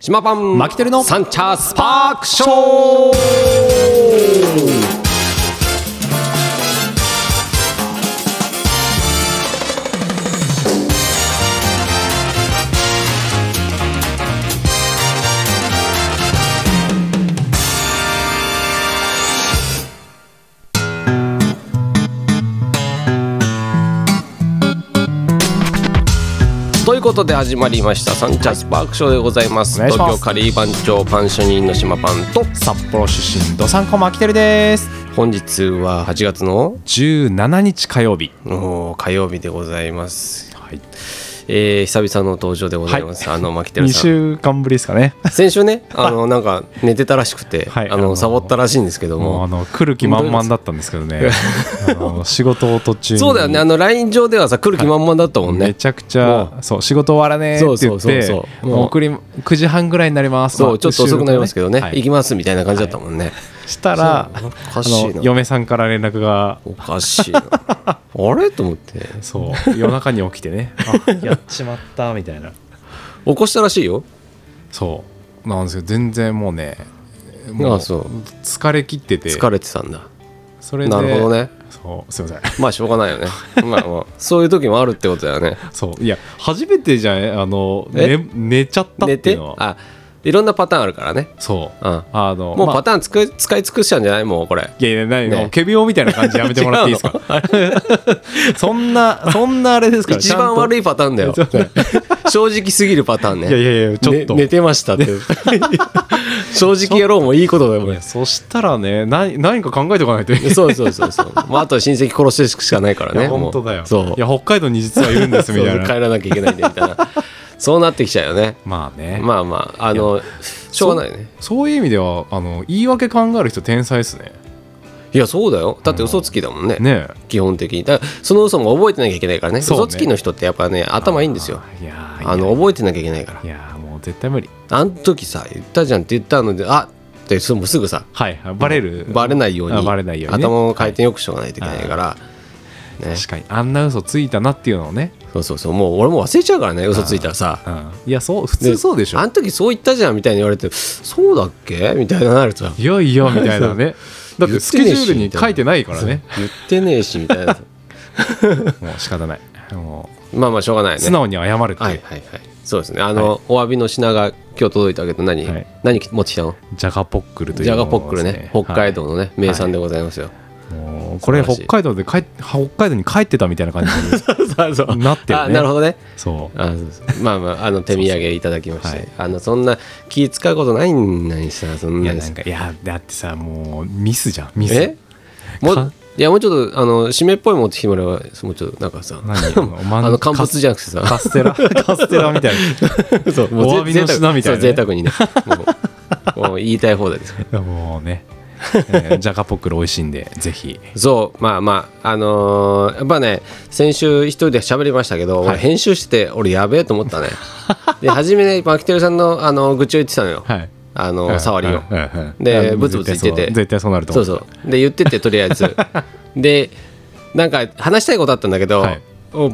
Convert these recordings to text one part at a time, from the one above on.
島パンマキテルのサンチャースパークショーということで始まりましたサンチャースパークショーでございます,、お願いします東京カリー番長パンショニーの島パンと札幌出身ドサンコマキテルです本日は8月の17日火曜日おー火曜日でございます、はいえー、久々の登場でございます、あのマキテル2さん週間ぶりですかね先週ねあのなんか寝てたらしくて、はいああののサボったらしいんですけどもうもあの来る気満々だったんですけどね あの仕事を途中にそうだよねあの LINE 上ではさ来る気満々だったもんね、めちゃくちゃもそう仕事終わらねえって言っそうそうてそうそうもう送り9時半ぐらいになりますそうちょっと遅くなりますけどね、はい行きますみたいな感じだったもんね、したらそうおあかしいのな嫁さんから連絡がおかしいな あれと思ってそう夜中に起きて ねあやっちまったみたいな起こしたらしいよそうなんですよ全然もうねもあそう疲れ切ってて疲れてたんだそれでなるほどねそうすいません まあしょうがないよねまあまあそういう時もあるってことだよねそういや初めてじゃんあの、えね、寝ちゃったっ寝ていてうのはあいろんなパターンあるからねそう、うんあのもうまあパターンつく使い尽くしちゃうんじゃないもうこれいやいやないねの仮病みたいな感じやめてもらっていいですか そんなそんなあれですから一番悪いいパターンだよちゃんと 正直すぎるパターンねいやいやいやちょっとね寝てま したって正直やろうもいいことだよいねやそしたらね何何か考えておかないといけないそうそうそうそうまああとは親戚殺していくしかないからいねや本当だもようそういや北海道に実はいるんでそすうみたい帰ならなきゃいけないんでみ たいなそうなってきちゃうよねまあねまあまああのしょうがないよねそそういう意味ではあの言い訳考える人天才ですねいやそうだよだって嘘つきだもんねねえ基本的にだからその嘘も覚えてなきゃいけないからねそうね嘘つきの人ってやっぱね頭いいんですよあーいやーあの覚えてなきゃいけないからいやいやもう絶対無理あの時さ言ったじゃんって言ったのであってそもうすぐさはいはいバレるバレないようあにバレないようにね頭の回転よくしとかないといけないからね確かにあんな嘘ついたなっていうのをね、そうそうそうもう俺も忘れちゃうからね嘘ついたらさうん、いやそう普通そうでしょあの時そう言ったじゃんみたいに言われてそうだっけみたいになるといやいやみたいなねだってスケジュールに書いてないからね言ってねえしみたいなもう仕方ないもまあまあしょうが ないうね素直に謝るって、はいはいはいそうですねあの、お詫びの品が今日届いたけど何、はい何持ってきたのジャガポックルというジャガポックルものでねす北海道のね、名産でございますよ、 はいもうこれ素晴らし北い海道で帰っ北海道に帰ってたみたいな感じで そうそうなってるねあなるほどねそうあそうそうまあまああの手土産いただきましてそうそうあのそんな気使うことないんないさそんいなやになんかいやだってさもうミスじゃんミスえもかういやもうちょっとあの締めっぽいもん持ってきてもらえばもうちょっとなんかさ何あ のあまんの乾物じゃなくてさカス テラカステラみたいそうもうお詫びの品みたい贅沢そうなね贅沢にねもう もう言いたい放題ですからなも うね、えージャガポックル美味しいんでぜひそうまあまああのーやっぱね先週一人で喋りましたけど、はい俺編集してて俺やべえと思ったねで初めねマキテルさんのあの愚痴を言ってたのよ、はいあの触りを、はいはいはいでいやブツブツ言ってて絶対そう絶対そうなるとそ思ううそうで言っててとりあえ ずでなんか話したいことあったんだけど、はいお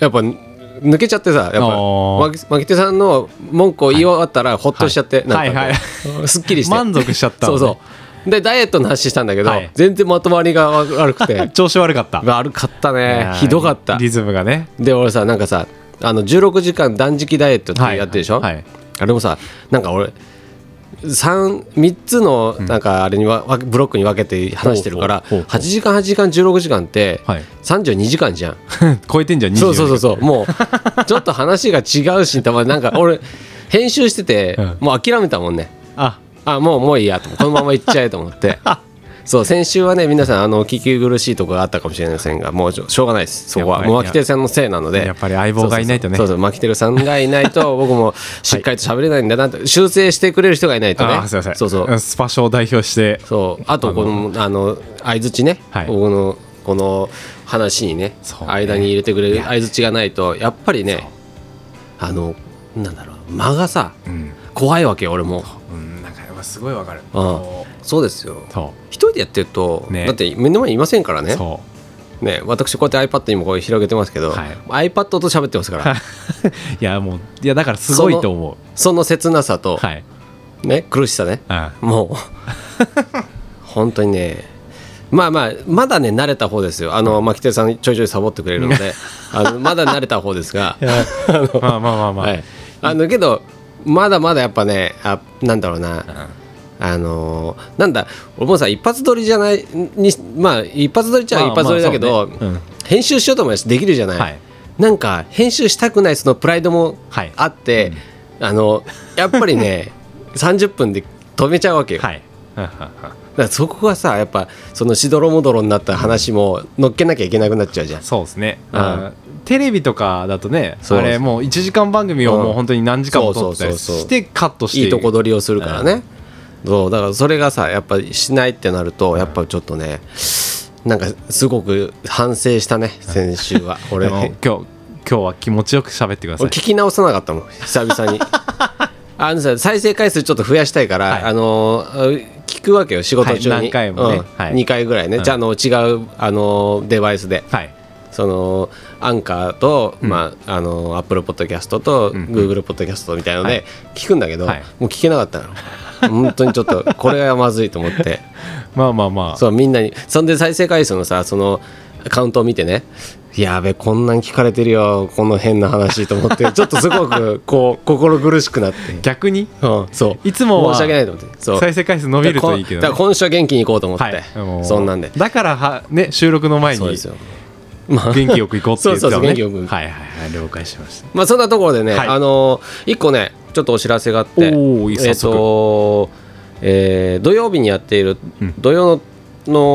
やっぱ抜けちゃってさやっぱあーマキマキテさんの文句を言い終わったらほっとしちゃって、はないんかこうは いすっきりして満足しちゃったそのうねそうでダイエットの話したんだけど、はい全然まとまりが悪く て調子悪かった悪かったいねやーひどかったリズムがね で俺さなんかさあの16時間断食ダイエットってやってるでしょ、はいはいあれもさなんか俺 3, 3つのなんかあれにわ、わブロックに分けて話してるからほうほうほうほ8う時間8時間16時間ってはい32時間じゃん、超えてんじゃんそうそうそううそうもうちょっと話が違うしたまになんか俺編集してて、うんもう諦めたもんねああもうもういいやとこのまま行っちゃえと思って そう先週はね皆さんあのお聞き苦しいところがあったかもしれませんがもうしょしょうがないですそこやっはぱりもうマキテルさんのせいなのでやっぱり相棒がいないとねそうそうそうそうマキテルさんがいない と僕もしっかりと喋れないんだなと修正してくれる人がいないとねあすいませんそうそうスパショを代表してそうあとこのあの相づちね、はい僕のこの話にねそうね間に入れてくれいるや相づちがないとやっぱりねあのなんだろう間がさうん怖いわけよ俺も、うんなんかやっぱすごいわかるうん、そうですよそ一人でやってると、ねだって目の前にいませんからう ねそね、私こうやって iPad にもこう広げてますけど、は iPad と喋ってますからいやもういやだからすごいと思その切なさうと、はい、ね、苦しさね うんもう本当にねまあまあまだね慣れた方ですよあの牧手さんちょいちょいサボってくれるの であのまだ慣れた方ですが、まあまあまあまあ、はい、あのけどまだまだやっぱねあなんだろうな、あのーなんだ俺もさ一発撮りじゃないにまあ一発撮りっちゃまあ一発撮りだけど、まあそうね編集しようと思いますできるじゃない、はいなんか編集したくないそのプライドもはいあって、あのやっぱり ね30分で止めちゃうわけよ、はいうんうんうんだからそこがさやっぱそのしどろもどろになった話も乗っけなきゃいけなくなっちゃうじゃんそうですね、うんあーテレビとかだとねそうあれもう1時間番組をうんもう本当に何時間も撮ったりそうそうそうそうしてカットしていいとこ取りをするからね、そうだからそれがさやっぱりしないってなるとやっぱちょっとねなんかすごく反省したね先週は で俺も聞今日今日は気持ちよく喋ってくださいき直さなかったもん久々 にあのさ再生回数ちょっと増やしたいから、はいあのー聞くわけよ仕事中に、はい何回もねうんはい2回ぐらいね、うんじゃああの違うあのーデバイスではいそのアンカーと、まあ、あのアップルポッドキャストとグんーグルポッドキャストみたいのはでい聞くんだけど、はいもう聞けなかったの本当にちょっとこれはまずいと思ってまあまあまあそうみんなにそんで再生回数のさそのカウントを見てねやべこんなん聞かれてるよこの変な話と思 ってちょっとすごくこう心苦しくなって、逆にうん、そういつもは申し訳ないと思ってそう再生回数伸びるといいけどねだから今週は元気に行こうと思って、はいもうそんなんでだからはね収録の前そうにですよまあ元気よく行こうって言ってたそうそうのねそう元気よくはいはいはい了解しましたまあそんなところでね、はいあのー一個ねちょっとお知らせがあって、おーいいえっ、早速とえー土曜日にやっているうん土曜の、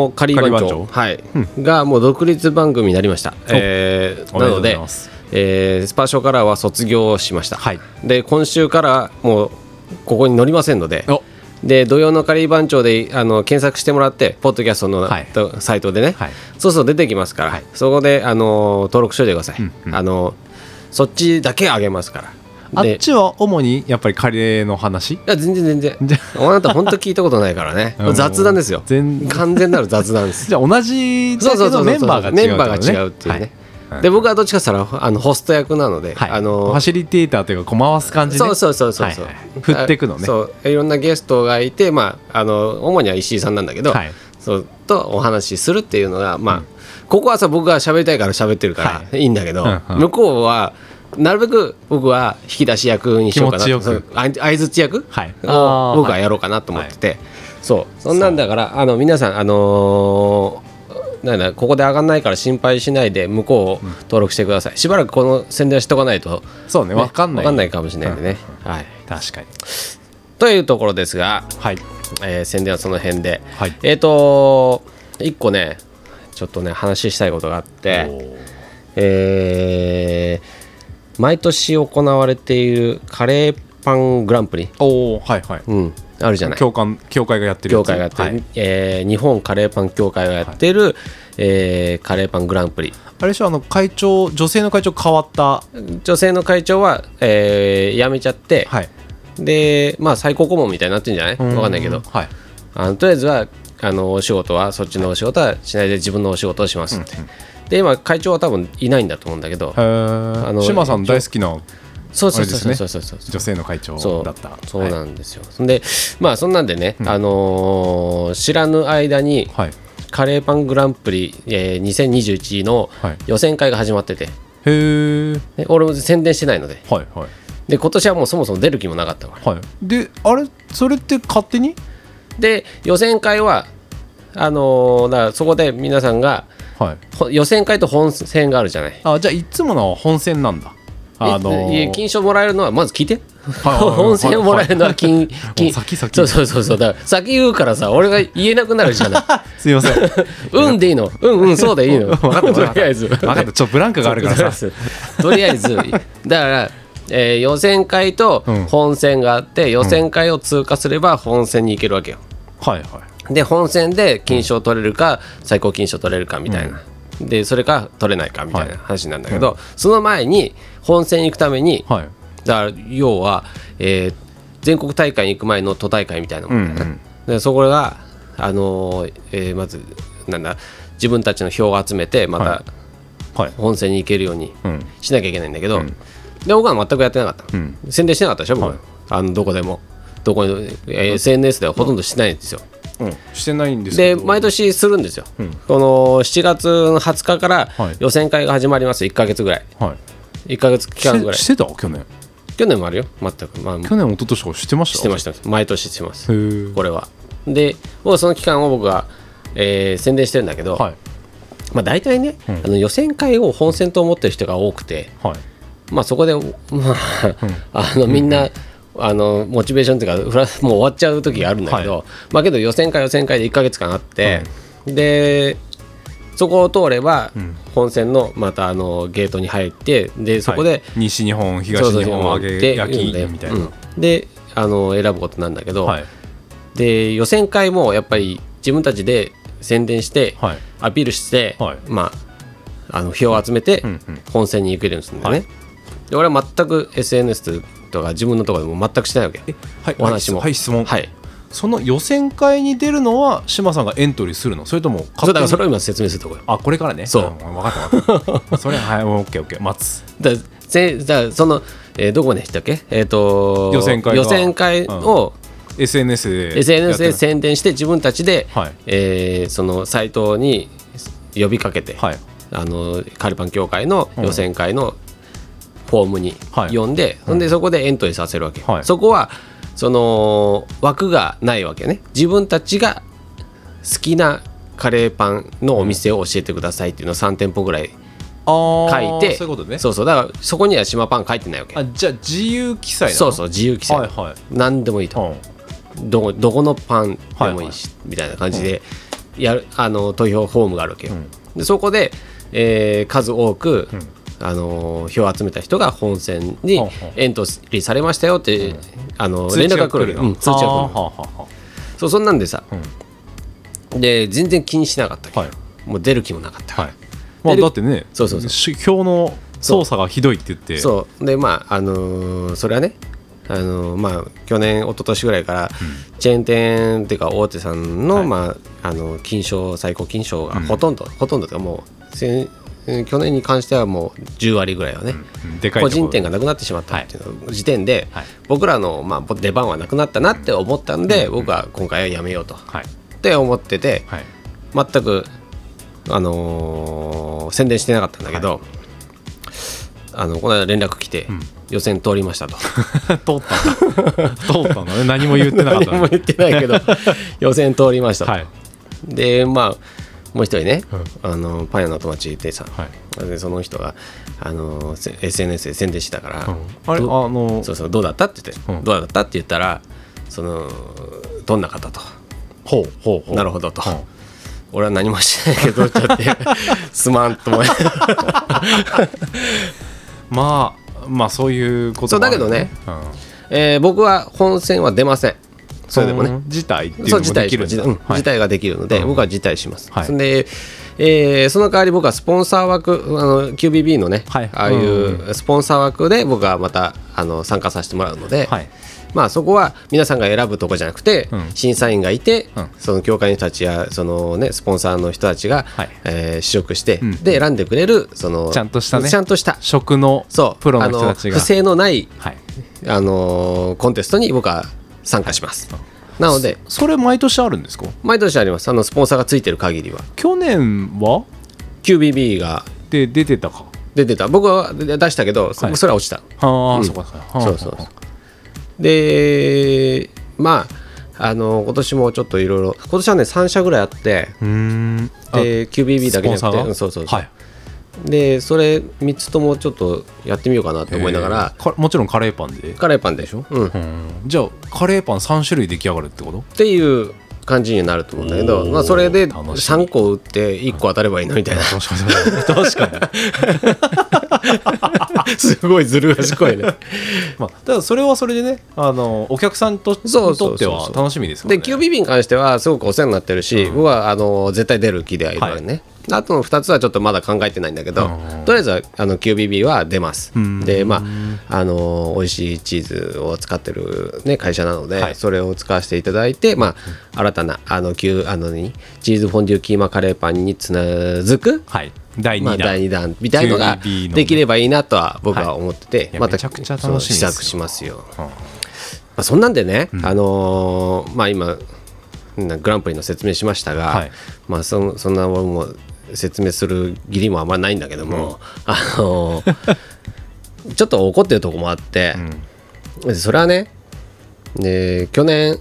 のカリー番長カはいがもう独立番組になりました、えーおめなでとうのございでます、えースパショからは卒業しました、はいで今週からもうここに乗りませんのでおで土曜のカリー番長であの検索してもらってポッドキャストの、はいとサイトでね、はいそうそう出てきますから、はいそこであの登録しといてください、うんうんあのそっちだけあげますからあでっちは主にやっぱりカレーの話いや全然全然じゃあなた本当聞いたことないからね うん雑談ですよ全完全なる雑談です じゃあ同じそだうそうけそどうメンバーが違うメンバーが違うっていうね、で僕はどっちかって言ったらあのホスト役なので、はい、ああののファシリテーターというかこう回す感じで、そうそうそうそうそう、はいはい振ってくのねあそういろんなゲストがいてまああの主には石井さんなんだけど、はいそうとお話しするっていうのがまあ、ここはさ僕が喋りたいから喋ってるから、、はいいんだけど、うんうん向こうはなるべく僕は引き出し役にしようかな気持ちよそくうあい相づち役をはいあー僕はやろうかなと思ってて、そうそんなんだからあの皆さんあのーなんだここで上がんないから心配しないで向こうを登録してください、しばらくこの宣伝はしとかないとそうねわかんないわかんないかもしれないんでね、はい確かにというところですが、はいえー宣伝はその辺で、はいえっ、と1個ねちょっとね話したいことがあって、えー毎年行われているカレーパングランプリ、おーおーはいはい、うん、あるじゃない教官教会がやってるや協つ会がやってる、はいえー日本カレーパン協会がやってる、えーカレーパングランプリあれでしょあの会長女性の会長変わった女性の会長は、えー辞めちゃって、はいでまあ最高顧問みたいになってるんじゃないわかんないけどはいあのとりあえずはあのお仕事はそっちのお仕事はしないで自分のお仕事をしますって、で今会長は多分いないんだと思うんだけど、へーあの志麻さん大好きなそうそうあれでそすねうそうそうそう女性の会長そうだったそうなんですよ、そんでまあそんなんでね、あのー知らぬ間にはい、はいカレーパングランプリ、えー2021のはい予選会が始まってて、へーで俺も宣伝してないのではいはいで今年はもうそもそも出る気もなかったからはいであれそれって勝手にで予選会はあのーだからそこで皆さんがはいほ予選会と本戦があるじゃないあじゃあいつものは本戦なんだあのーいや金賞もらえるのはまず聞いてはいはいは い本戦もらえるのは金金先先そうそうそうそうだから先言うからさ俺が言えなくなるじゃない すいません分うんでいいのうんうんそうでいい のかったとりあえず分かったちょっとブランクがある からさとりあえずだから、えー予選会とうん本戦があって、予選会を通過すれば本戦に行けるわけよはいはいで本戦で金賞取れるか、最高金賞取れるかみたいな、でそれか取れないかみたいな話なんだけど、その前に本戦に行くために、はいだから要は、えー全国大会に行く前の都大会みたいなもんだよね、うんうんでそこが、あのーえーまずなんだ自分たちの票を集めてまはたはい本戦に行けるようにうんしなきゃいけないんだけど、うんで僕は全くやってなかったの、うん宣伝してなかったでしょ僕、はいあのどこでもどこに、えー SNS ではほとんどしてないんですよ、うんしてないんですでけど毎年するんですよ、うんこの7月の20日からはい予選会が始まります1か月ぐらいはい1か月期間ぐしらいしてた去年去年もあるよ全く、まあ、去年一昨年とかしてましたしてました毎年してますへえこれはでもうその期間を僕は、えー宣伝してるんだけど、はいまあ、大体ね、うんあの予選会を本戦と思ってる人が多くて、はいまあ、そこで、まああのみんな、あのモチベーションというかフラもう終わっちゃう時があるんだけど、はまあ、けど予選会予選会で1か月間あって、でそこを通ればん本戦のまたあのゲートに入ってでそこはでい西日本東日本揚げ焼きみたいなうんであの選ぶことなんだけど、はいで予選会もやっぱり自分たちで宣伝して、はいアピールして、はいまあ、あの票を集めてうんうん本戦に行けるんですよね、で俺は全く SNS とか自分のところでも全くしてないわけはいお話もはい質問はいその予選会に出るのは島さんがエントリーするのそれともそうだからそれにを今説明するところよあこれからねそうん分かった分かったそれははいもうオッケーオッケー待つだからせだからその、えーどこまでしたっけえっ、と予選会が予選会を SNS で SNS やでってる宣伝して自分たちで、はいえーそのサイトに呼びかけて、はいあのカルパン協会の予選会のフォームにはい呼んで、ほんでそこでエントリーさせるわけ、はいそこはその枠がないわけね自分たちが好きなカレーパンのお店を教えてくださいっていうのを3店舗ぐらいああ書いてそういうことねそうそうだからそこには島パン書いてないわけあじゃあ自由記載なのそうそう自由記載、はいはい何でもいいと、うんどこどこのパンでもいいし、みたいな感じでやるあの投票フォームがあるわけよ、んでそこで、えー数多く、あの票を集めた人が本選にほうほうエントリーされましたよって、あの連絡通知がが来来るわるけよ、うん通知が来るあーはのあはあはそうそんなんでさ、で全然気にしなかったわけ、はいもう出る気もなかったあはいまあでだってねそうそうそう指標の操作がひどいって言ってそうでまああのーそれはねあのーまあ去年一昨年ぐらいからチェーン店っていうか大手さんの、はいまああの金賞最高金賞がほとんど、ほとんどというかもう先去年に関してはもう10割ぐらいはね、うんでかい個ところ人店がなくなってしまったっていう時点で、はい僕らの、まあ、出番はなくなったなって思ったんで、僕は今回はやめようと、はいって思ってて、はい 全く、あのー宣伝してなかったんだけど、あのこの間連絡来て、予選通りましたと通ったんだ通ったんだね何も言ってなかった 何も言ってない けど予選通りましたと、はいでまあもう一人ね、あのパン屋の友達いてさ、はいでその人が、あのせ SNS で宣伝してたから、あれあどのそうそうどうだったって言って、うんどうだったって言ったらそのどんな方とほうほうほうなるほどと、うん俺は何もしてないけどちょっとってすまんと思いまあまあそういうことそうだけどねえー僕は本戦は出ませんそそれれででももねね辞退っていうそうの辞も退でしきまるす辞んだ退はい辞退ができるので、僕は辞退します、はいそんで、えーその代わり僕はスポンサー枠あの QBB のね、はいああいううスポンサー枠で僕はまたあの参加させてもらうので、はいまあ、そこは皆さんが選ぶとこじゃなくて、うん審査員がいて、うんその協会の人たちやその、ね、スポンサーの人たちが、はいえー試食して、んで選んでくれるそのちゃんとしたねちゃんとした食のそうプロの人たあちのが不正のないはいあのーコンテストに僕は参加します。なので、それ毎年あるんですか毎年あります。あの、スポンサーがついてる限りは。去年は QBB がで出てたか出てた。僕はで出したけど、そはいそれは落ちた。あうんあそうかそうかそうそうそうで、まあ、あのー今年もちょっといろいろ、今年はね、3社ぐらいあって、うーんあで、QBB だけじゃスポなくて、ンサーがうんそうそうそうはいで、それ3つともちょっとやってみようかなと思いながらえ、ーかもちろんカレーパンでカレーパンでしょうん。うんじゃあカレーパン3種類出来上がるってことっていう感じになると思うんだけど、おーまあ、それで楽しみ3個打って1個当たればいいのみたいな確かに確かすごいずる賢い ね。まあ、ただそれはそれでねあのお客さんとそうそうそうにとっては楽しみですよねで、キュービビに関してはすごくお世話になってるし、僕はあの絶対出る気ではいるからね。あとの2つはちょっとまだ考えてないんだけど、とりあえずはあの QBB は出ます。で、まあ、あの美味しいチーズを使ってる、ね、会社なので、はいそれを使わせていただいて、まあ、新たなあの、Q、あのにチーズフォンデュキーマカレーパンにつなづく、はい第2まあ、弾、第2弾みたいのが QBB のできればいいなとは僕は思ってて、はいまためちゃくちゃ楽しみですよそう試作しますよ、まあ、そんなんでね、あのーまあ今なグランプリの説明しましたが、はいまあそんそんな俺も説明する義理もあんまないんだけども、あのー ちょっと怒ってるとこもあって、でそれはねで去年一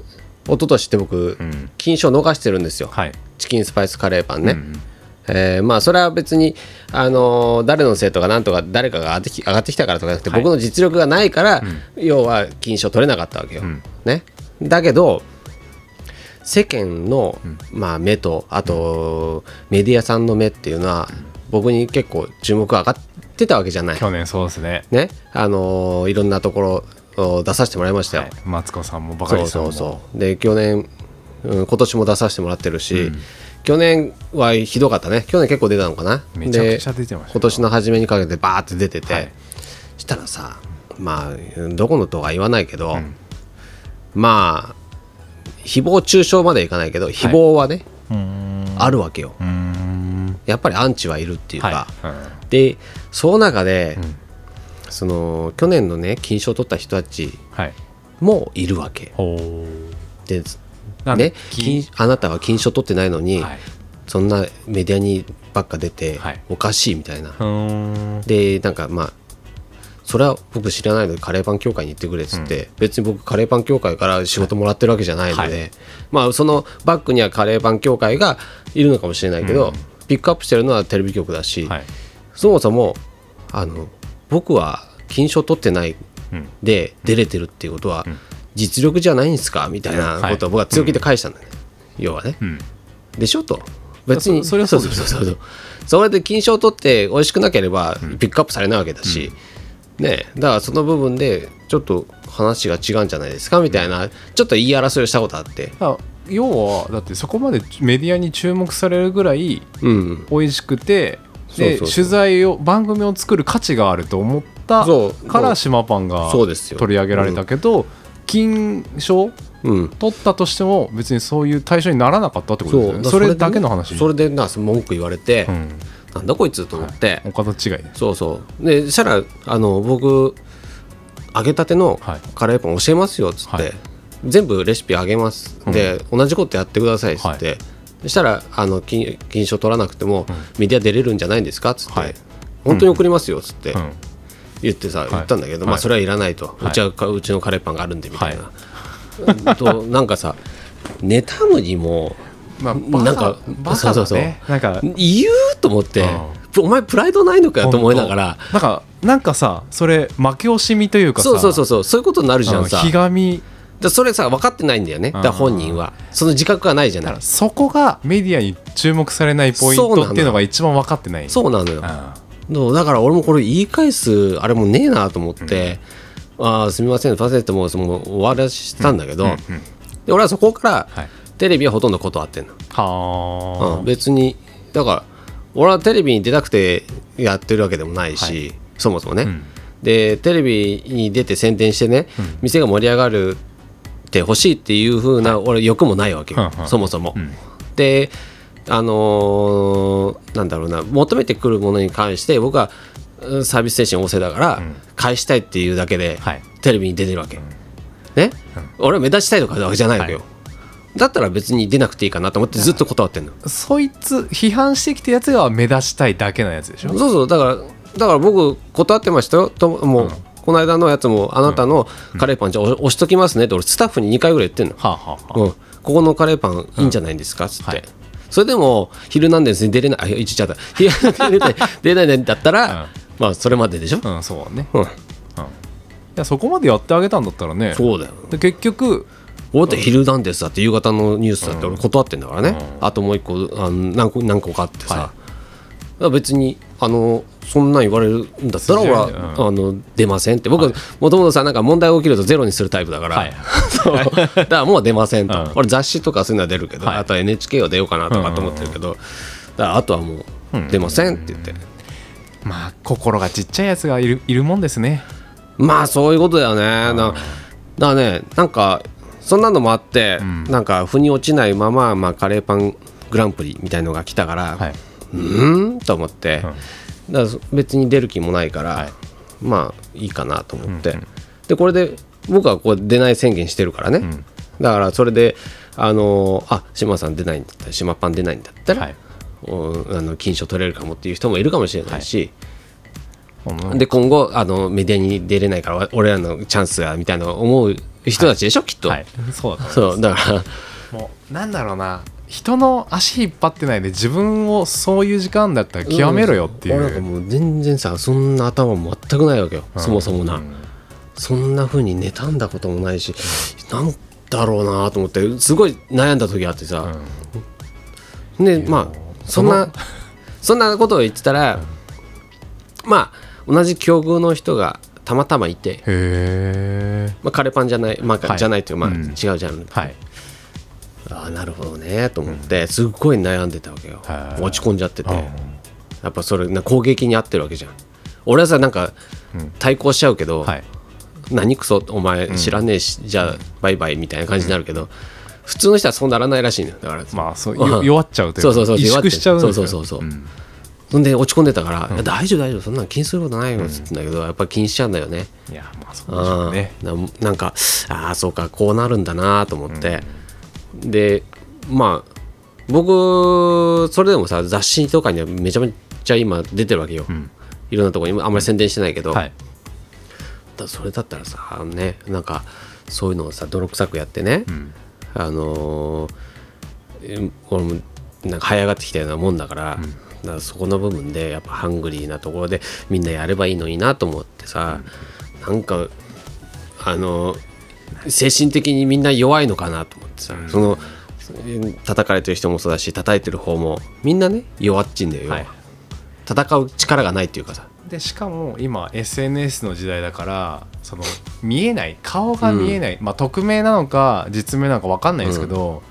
昨年って僕、ん金賞逃してるんですよ、はいチキンスパイスカレーパンね、えーまあそれは別に、あのー誰のせいとかなんとか誰かが上がってき上がってきたからとかじゃなくて、はい僕の実力がないから、要は金賞取れなかったわけよ、んね、だけど世間の、まあ、目とあとメディアさんの目っていうのは、僕に結構注目が上がってたわけじゃない、去年そうですねねあのーいろんなところを出させてもらいましたよ、はいマツコさんもバカそリうさそんもうそうで去年、うん、今年も出させてもらってるし、去年はひどかったね去年結構出たのかなめちゃくちゃ出てでましたよ今年の初めにかけてバーって出てて、はいしたらさまあどこのとは言わないけど、まあ誹謗中傷まではいかないけど誹謗はね、うーんあるわけようーんやっぱりアンチはいるっていうか、はいうんでその中で、その去年のね金賞を取った人たちはいもいるわけほうでなんねで、金あなたは金賞取ってないのに、はいそんなメディアにばっか出て、はいおかしいみたいなうーんでなんかまあそれは僕知らないのでカレーパン協会に行ってくれっつって、別に僕カレーパン協会から仕事もらってるわけじゃないので、はまあそのバックにはカレーパン協会がいるのかもしれないけど、ピックアップしてるのはテレビ局だし、はいそもそもあの僕は金賞取ってないうんで出れてるっていうことは、実力じゃないんですかみたいなことを僕は強気で返したんだね、要はね、んでしょと別にそそれはそうそうですそうそうそうそれで金賞を取って美味しくなければピックアップされないわけだし、ねえだからその部分でちょっと話が違うんじゃないですかみたいな、ちょっと言い争いをしたことあってあ要はだってそこまでメディアに注目されるぐらいうん美味しくてそうでそうそう取材を番組を作る価値があると思ったそうから島パンがそうですよ取り上げられたけど金賞うん取ったとしても別にそういう対象にならなかったってことですよねだそかられでねだけの話それでな文句言われて、うんなんだこいつと思って、お方違いねそうそうでしたらあの僕揚げたてのはいカレーパン教えますよっつって、はい全部レシピあげますで、同じことやってくださいっつって、はいそしたらあの金金賞取らなくても、メディア出れるんじゃないんですかっつって、はい本当に送りますよっつって、うん言ってさ、言ったんだけど、まあ、はいそれはいらないと、はいうちはかうちのカレーパンがあるんでみたいな、となんかさ妬むにもまあなバんかカバそうカそうそだうねなんか言うと思って、お前プライドないのかよと思いながら。なんかなんかさそれ負け惜しみというかさそうそうそうそうそういうことになるじゃんさひがみだそれさ分かってないんだよねだから本人はその自覚がないじゃないそこがメディアに注目されないポイントっていうのが一番分かってないそうなのよあどうだから俺もこれ言い返すあれもねえなと思って、ああすみませんすみませんってもうそのもう終わらしたんだけど、うんで俺はそこから、はいテレビはほとんど断ってんの、はうあん、別にだから俺はテレビに出たくてやってるわけでもないし、そもそもね、んでテレビに出て宣伝してね、店が盛り上がるってほしいっていう風な、俺欲もないわけよ、うんうんそもそも、んであのーなんだろうな求めてくるものに関して僕はうんサービス精神旺盛だから、返したいっていうだけで、はいテレビに出てるわけ、ね、俺は目立ちたいとかわけじゃないわけよ、だったら別に出なくていいかなと思ってずっと断ってんの、そいつ批判してきたやつが目立ちたいだけのやつでしょそうそうだからだから僕断ってましたよともう、この間のやつもあなたのカレーパンじゃあ押押しときますねって俺スタッフに2回ぐらい言ってんの、はあはあはうん、ここのカレーパンいいんじゃないですかっつって、はいそれでも「ヒルナンデス」に出れないあ言っちゃった「ヒルナンデスに出れない」んだったら、うんまあそれまででしょ、あうんそうねうんうんいやそこまでやってあげたんだったらねそうだよで結局俺って「ヒルナンデス」だって夕方のニュースだって俺断ってんだからね、あともう一個あの何個何個かあってさ、だから別にあのそんなん言われるんだったら俺は、筋がねあの出ませんって僕もともとさなんか問題が起きるとゼロにするタイプだから、はい そうだからもう出ませんと、うん俺雑誌とかそういうのは出るけど、はいあとは NHK は出ようかなとかと思ってるけど、だからあとはもう出ませんって言って、まあ心がちっちゃいやつがいるいるもんですねまあそういうことだよねなだからねなんかそんなのもあって、なんか腑に落ちないまま、まあ、カレーパングランプリみたいのが来たから、はいうーんと思って、だから別に出る気もないから、はいまあいいかなと思って、でこれで僕はこう出ない宣言してるからね、だからそれであのーあ島さん出ないんだったら島パン出ないんだったら、はいおあの金賞取れるかもっていう人もいるかもしれないし、うんで今後あのメディアに出れないからわ俺らのチャンスやみたいな思う人たちでしょ、きっと、はいそうだとそうだからもうなんだろうな人の足引っ張ってないで自分をそういう時間だったら極めろよっていう、俺なんかもう全然さそんな頭も全くないわけよ、そもそもな、そんな風に妬んだこともないしなんだろうなと思ってすごい悩んだ時あってさ、でまあそんなそんなことを言ってたら、まあ同じ境遇の人がたまたまいて、へえまあ、カレーパンじゃない、まあはいじゃないという、まあ、うん違うジャンルはいああなるほどねと思ってすっごい悩んでたわけよはい落ち込んじゃっててうんやっぱそれな攻撃に合ってるわけじゃん俺はさなんか対抗しちゃうけど、はい何クソお前知らねえし、じゃあバイバイみたいな感じになるけど、普通の人はそうならないらしいのよだからまあ そううんよ弱っちゃうというそうそうそう萎縮しちゃうんですそようそうそうそうそんで落ち込んでたから、いや大丈夫大丈夫そんなの気にすることないよっつってんだけど、やっぱ気にしちゃうんだよねいやまあそうでしょあうねあななんかああそうかこうなるんだなと思って、でまあ僕それでもさ雑誌とかにはめちゃめちゃ今出てるわけよ、いろんなところにあんまり宣伝してないけど、はいだそれだったらさあのねなんかそういうのをさ泥臭くやってね、あのーえ俺もなんか這い上がってきたようなもんだから,、だからそこの部分でやっぱハングリーなところでみんなやればいいのになと思ってさ、なんかあの精神的にみんな弱いのかなと思ってさ、その叩かれてる人もそうだし叩いてる方もみんなね弱っちいんだよ、要ははい戦う力がないっていうかさでしかも今 SNS の時代だからその見えない顔が見えない、まあ匿名なのか実名なのか分かんないですけど、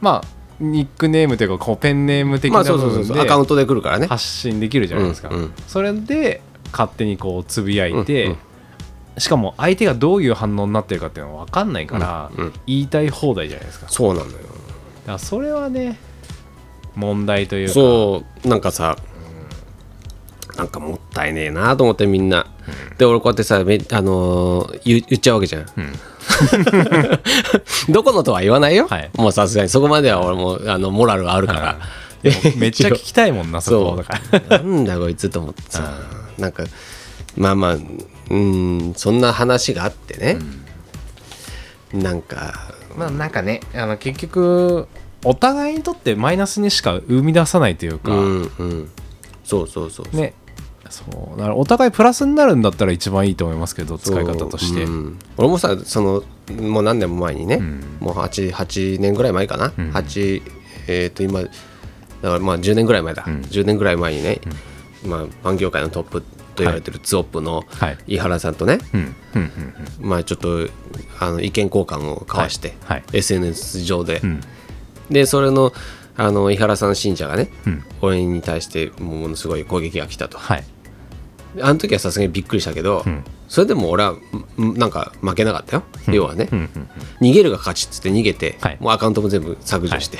まあニックネームというかこうペンネーム的まなあそ部うそうそう分そうアカウンでトで来るからね発信できるじゃないですか、うんうんそれで勝手にこうつぶやいて、うんうんしかも相手がどういう反応になってるかっていうのは分かんないから、うんうん言いたい放題じゃないですかだかそうなのよらそれはね問題というかそうなんかさなんかもったいねえなと思ってみんな、で俺こうやってさめあのー言言っちゃうわけじゃん、 どこのとは言わないよ、はいもうさすがにそこまでは俺もあのモラルはあるから、めっちゃ聞きたいも んなそこだからなんだこいつと思ってさなんかまあまあうんそんな話があってね、なんか まあなんかねあの結局お互いにとってマイナスにしか生み出さないというか、うんうんそうそうそうそうねそうだからお互いプラスになるんだったら一番いいと思いますけど使い方として、うん俺もさそのもう何年も前にね、んもう 8, 8年ぐらい前かな、8えっ、と今だからまあ10年ぐらい前だ、10年ぐらい前にね、まあ、パン業界のトップと言われてるツオップのはい井原さんとね、うんうんうんまあ、ちょっとあの意見交換を交わして、はいはい SNS 上で、んでそれのあの井原さん信者がね、うん応援に対してもうものすごい攻撃が来たと、はいあの時はさすがにびっくりしたけど、それでも俺はんなんか負けなかったよ、要はね、逃げるが勝ちっつって逃げて、はいもうアカウントも全部削除して、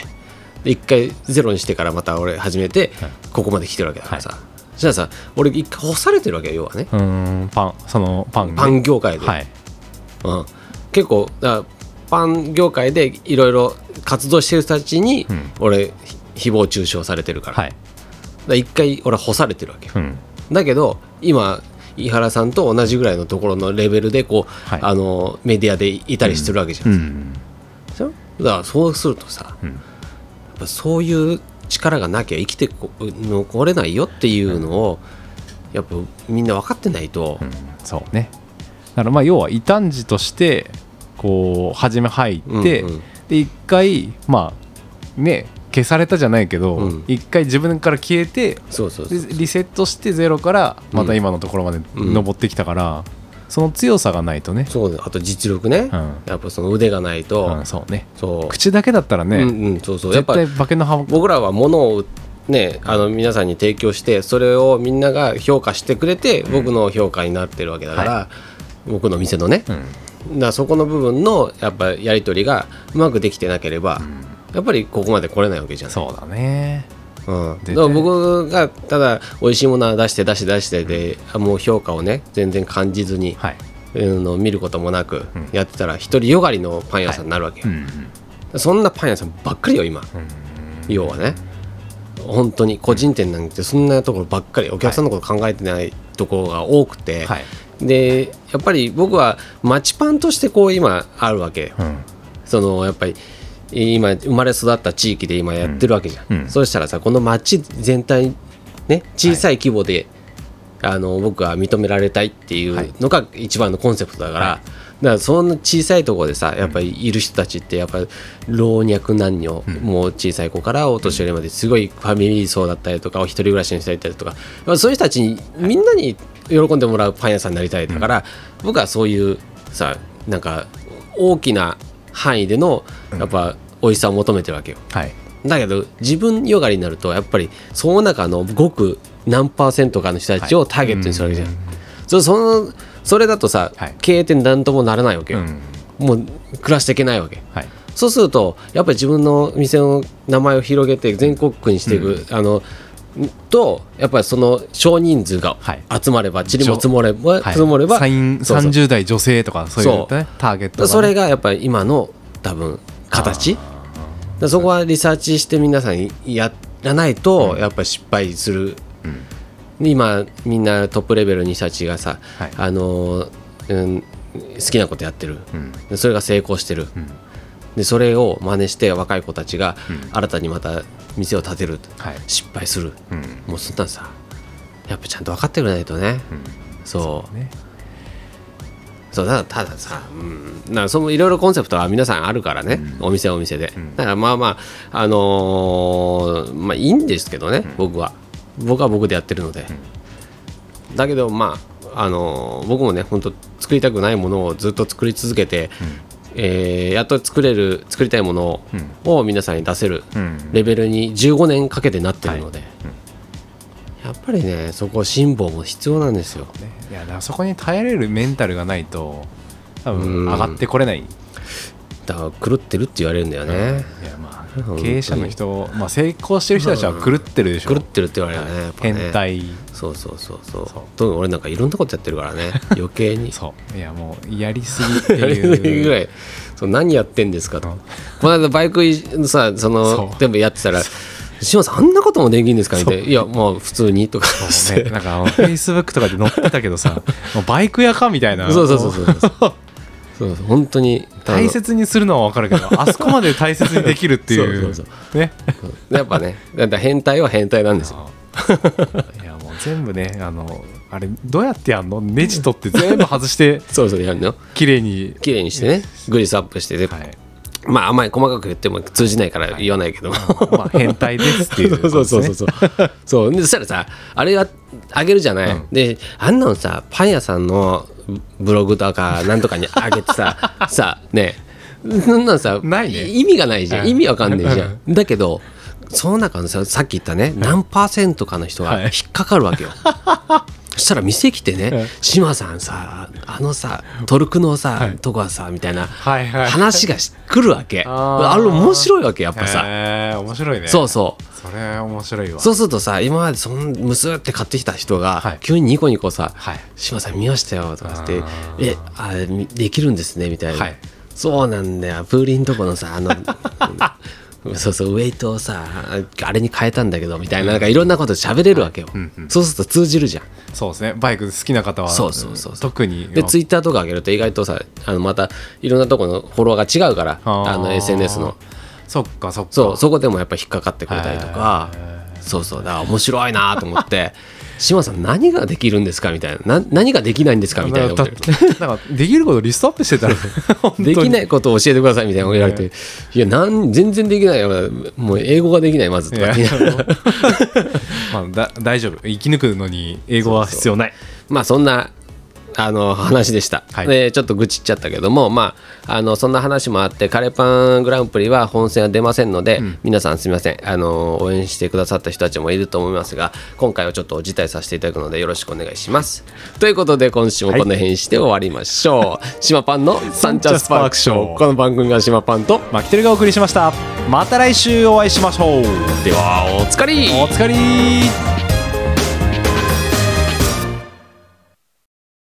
で一回ゼロにしてからまた俺始めて、ここまで来てるわけだからさ、そしたらさ俺一回干されてるわけよ要はねうーんパンそのパンねパン業界で、はいうん、結構だからパン業界でいろいろ活動してる人たちに、俺ひ誹謗中傷されてるから,、はい一回俺は干されてるわけよ、うんだけど今井原さんと同じぐらいのところのレベルでこう、はいあのメディアでいたりするわけじゃうないんですか、だからそうするとさ、やっぱそういう力がなきゃ生きてこ残れないよっていうのを、やっぱみんな分かってないと、そうねだからまあ要は異端児としてこう初め入って、うんうんで一回まあね消されたじゃないけど、うん一回自分から消えてそうそうそうでリセットしてゼロからまた今のところまでうん登ってきたから、その強さがないとね、そうだあと実力ね、うんやっぱその腕がないと、うんそうねそう口だけだったらね、うんうん、そうそうやっ絶ぱ対化けの葉僕らは物をねあの皆さんに提供してそれをみんなが評価してくれて僕の評価になってるわけだから、僕の店のね、うんだからそこの部分のやっぱやり取りがうまくできてなければ、やっぱりここまで来れないわけじゃないそうだねうん、絶対だから僕がただ美味しいものは出して出して出してで、もう評価をね全然感じずに、はい、うんの見ることもなくんやってたら独りよがりのパン屋さんになるわけよ、うんそんなパン屋さんばっかりよ今、うん要はね本当に個人店なんてそんなところばっかりお客さんのこと考えてないところが多くて、はい、でやっぱり僕は町パンとしてこう今あるわけようん、そのやっぱり今生まれ育った地域で今やってるわけじゃん、うんうんそうしたらさこの町全体ね小さい規模で、あの僕は認められたいっていうのが一番のコンセプトだから、だはからそんな小さいところでさやっぱりいる人たちってやっぱり老若男女、もう小さい子からお年寄りまですごいファミリー層だったりとかお一人暮らしの人だったりとかまあそういう人たちにみんなに喜んでもらうパン屋さんになりたいだから、僕はそういうさなんか大きな範囲でのやっぱ美味しさを求めてるわけよ。はいだけど自分よがりになるとやっぱりその中のごく何パーセントかの人たちをターゲットにするわけじゃん、そそのそれだとさ、はい経営って何ともならないわけうよ、んもう暮らしていけないわけはいそうするとやっぱり自分の店の名前を広げて全国区にしていく、あのとやっぱりその少人数がはい集まれば塵も積もれば、はい積もればサインそうそう30代女性とかそういう、ね、ターゲットがねそれがやっぱり今の多分形だそこはリサーチして皆さんやらないとやっぱり失敗する、今みんなトップレベルの人たちがさ、はいあのーうん、好きなことやってる、でそれが成功してる、でそれを真似して若い子たちが新たにまた店を建てる、はい失敗する、んもうそんなんさやっぱちゃんと分かってくれないとね、そうねそうただたださ、うん、だからそのいろいろコンセプトは皆さんあるからね、お店はお店で、だからまあまああのーまあいいんですけどね、僕は僕は僕でやってるので、だけどまああのー僕もね本当作りたくないものをずっと作り続けて、えーやっと作れる作りたいものをを皆さんに出せるうんレベルに15年かけてなってるので、やっぱりねそこ辛抱も必要なんですよねいやだからそこに耐えれるメンタルがないと多分上がってこれない、だから狂ってるって言われるんだよね、いやま本当あに経営者の人、まあ、成功してる人たちは狂ってるでしょ、狂ってるって言われるよねやっぱね変態そうそうそうそうそう特に俺なんかいろんなことやってる からね余計にそういやもうやりすぎってやりすぎいうぐらいそう何やってんですかとうんこの間バイクいさそのそう全部やってたら「志麻さんあんなこともできるんですか?」みたいな「いやまあ普通に」とかもうねなんかあのフェイスブックとかで載ってたけどさもうバイク屋かみたいな そうそうそうそうそうそうそう本当に大切にするのは分かるけどあそこまで大切にできるっていうそうそうねやっぱねだって変態は変態なんですよそういやもう全部ねあのあれどうやってやんのネジ取って全部外してそうそうやるの綺麗に綺麗にしてねグリスアップしてで、はいまああんまり細かく言っても通じないから言わないけども、まあ変態ですっていう ことですそねうそうそうそうそう そうでそしたらさあれはあげるじゃない、であんなのさパン屋さんのブログとかなんとかにあげて ささねそんなんさないね意味がないじゃうんん意味わかんないじゃ んだけどその中のささっき言ったね何パーセントかの人はがい引っかかる わけよ、そしたら店来てうんね「志麻さんさあのさトルクのさ、いとこはさ」みたいなはいはい話がし来るわけあーあれ面白いわけやっぱさ、へえ面白いねそうそうそれ面白いわそうするとさ今までそんむすって買ってきた人が、はい急にニコニコさはい「志麻さん見ましたよ」とかってあ「えあみできるんですね」みたいな、はいそうなんだよプーリンとこのさあ のうんそうそうウェイトをさあれに変えたんだけどみたいななんかいろんなこと喋れるわけよ、そうすると通じるじゃんそうですねバイク好きな方はそうそうそうそう特にでツイッターとか上げると意外とさあのまたいろんなとこのフォロワーが違うからあーあの SNS のそっかそっかそうそこでもやっぱ引っかかってくれたりとかへーそうそうだから面白いなと思って 「志麻さん何ができるんですか?」みたいなな何ができないんですかみたいなだからできることリストアップしてた ら本当にできないことを教えてくださいみたいなこと言われて、いやなん全然できないよもう英語ができないまずといかや言いながら まあだ大丈夫生き抜くのに英語は必要ないまあそんなあの話でした、はいでちょっと愚痴っちゃったけども、まあ、あのそんな話もあってカレーパングランプリは本戦は出ませんので、皆さんすみませんあの応援してくださった人たちもいると思いますが今回はちょっと辞退させていただくのでよろしくお願いしますということで今週もこの辺して終わりましょう「 島パンのサンチャスパークショー」この番組が島パンとマキテルがお送りしましたまた来週お会いしましょうではおつかりお疲れ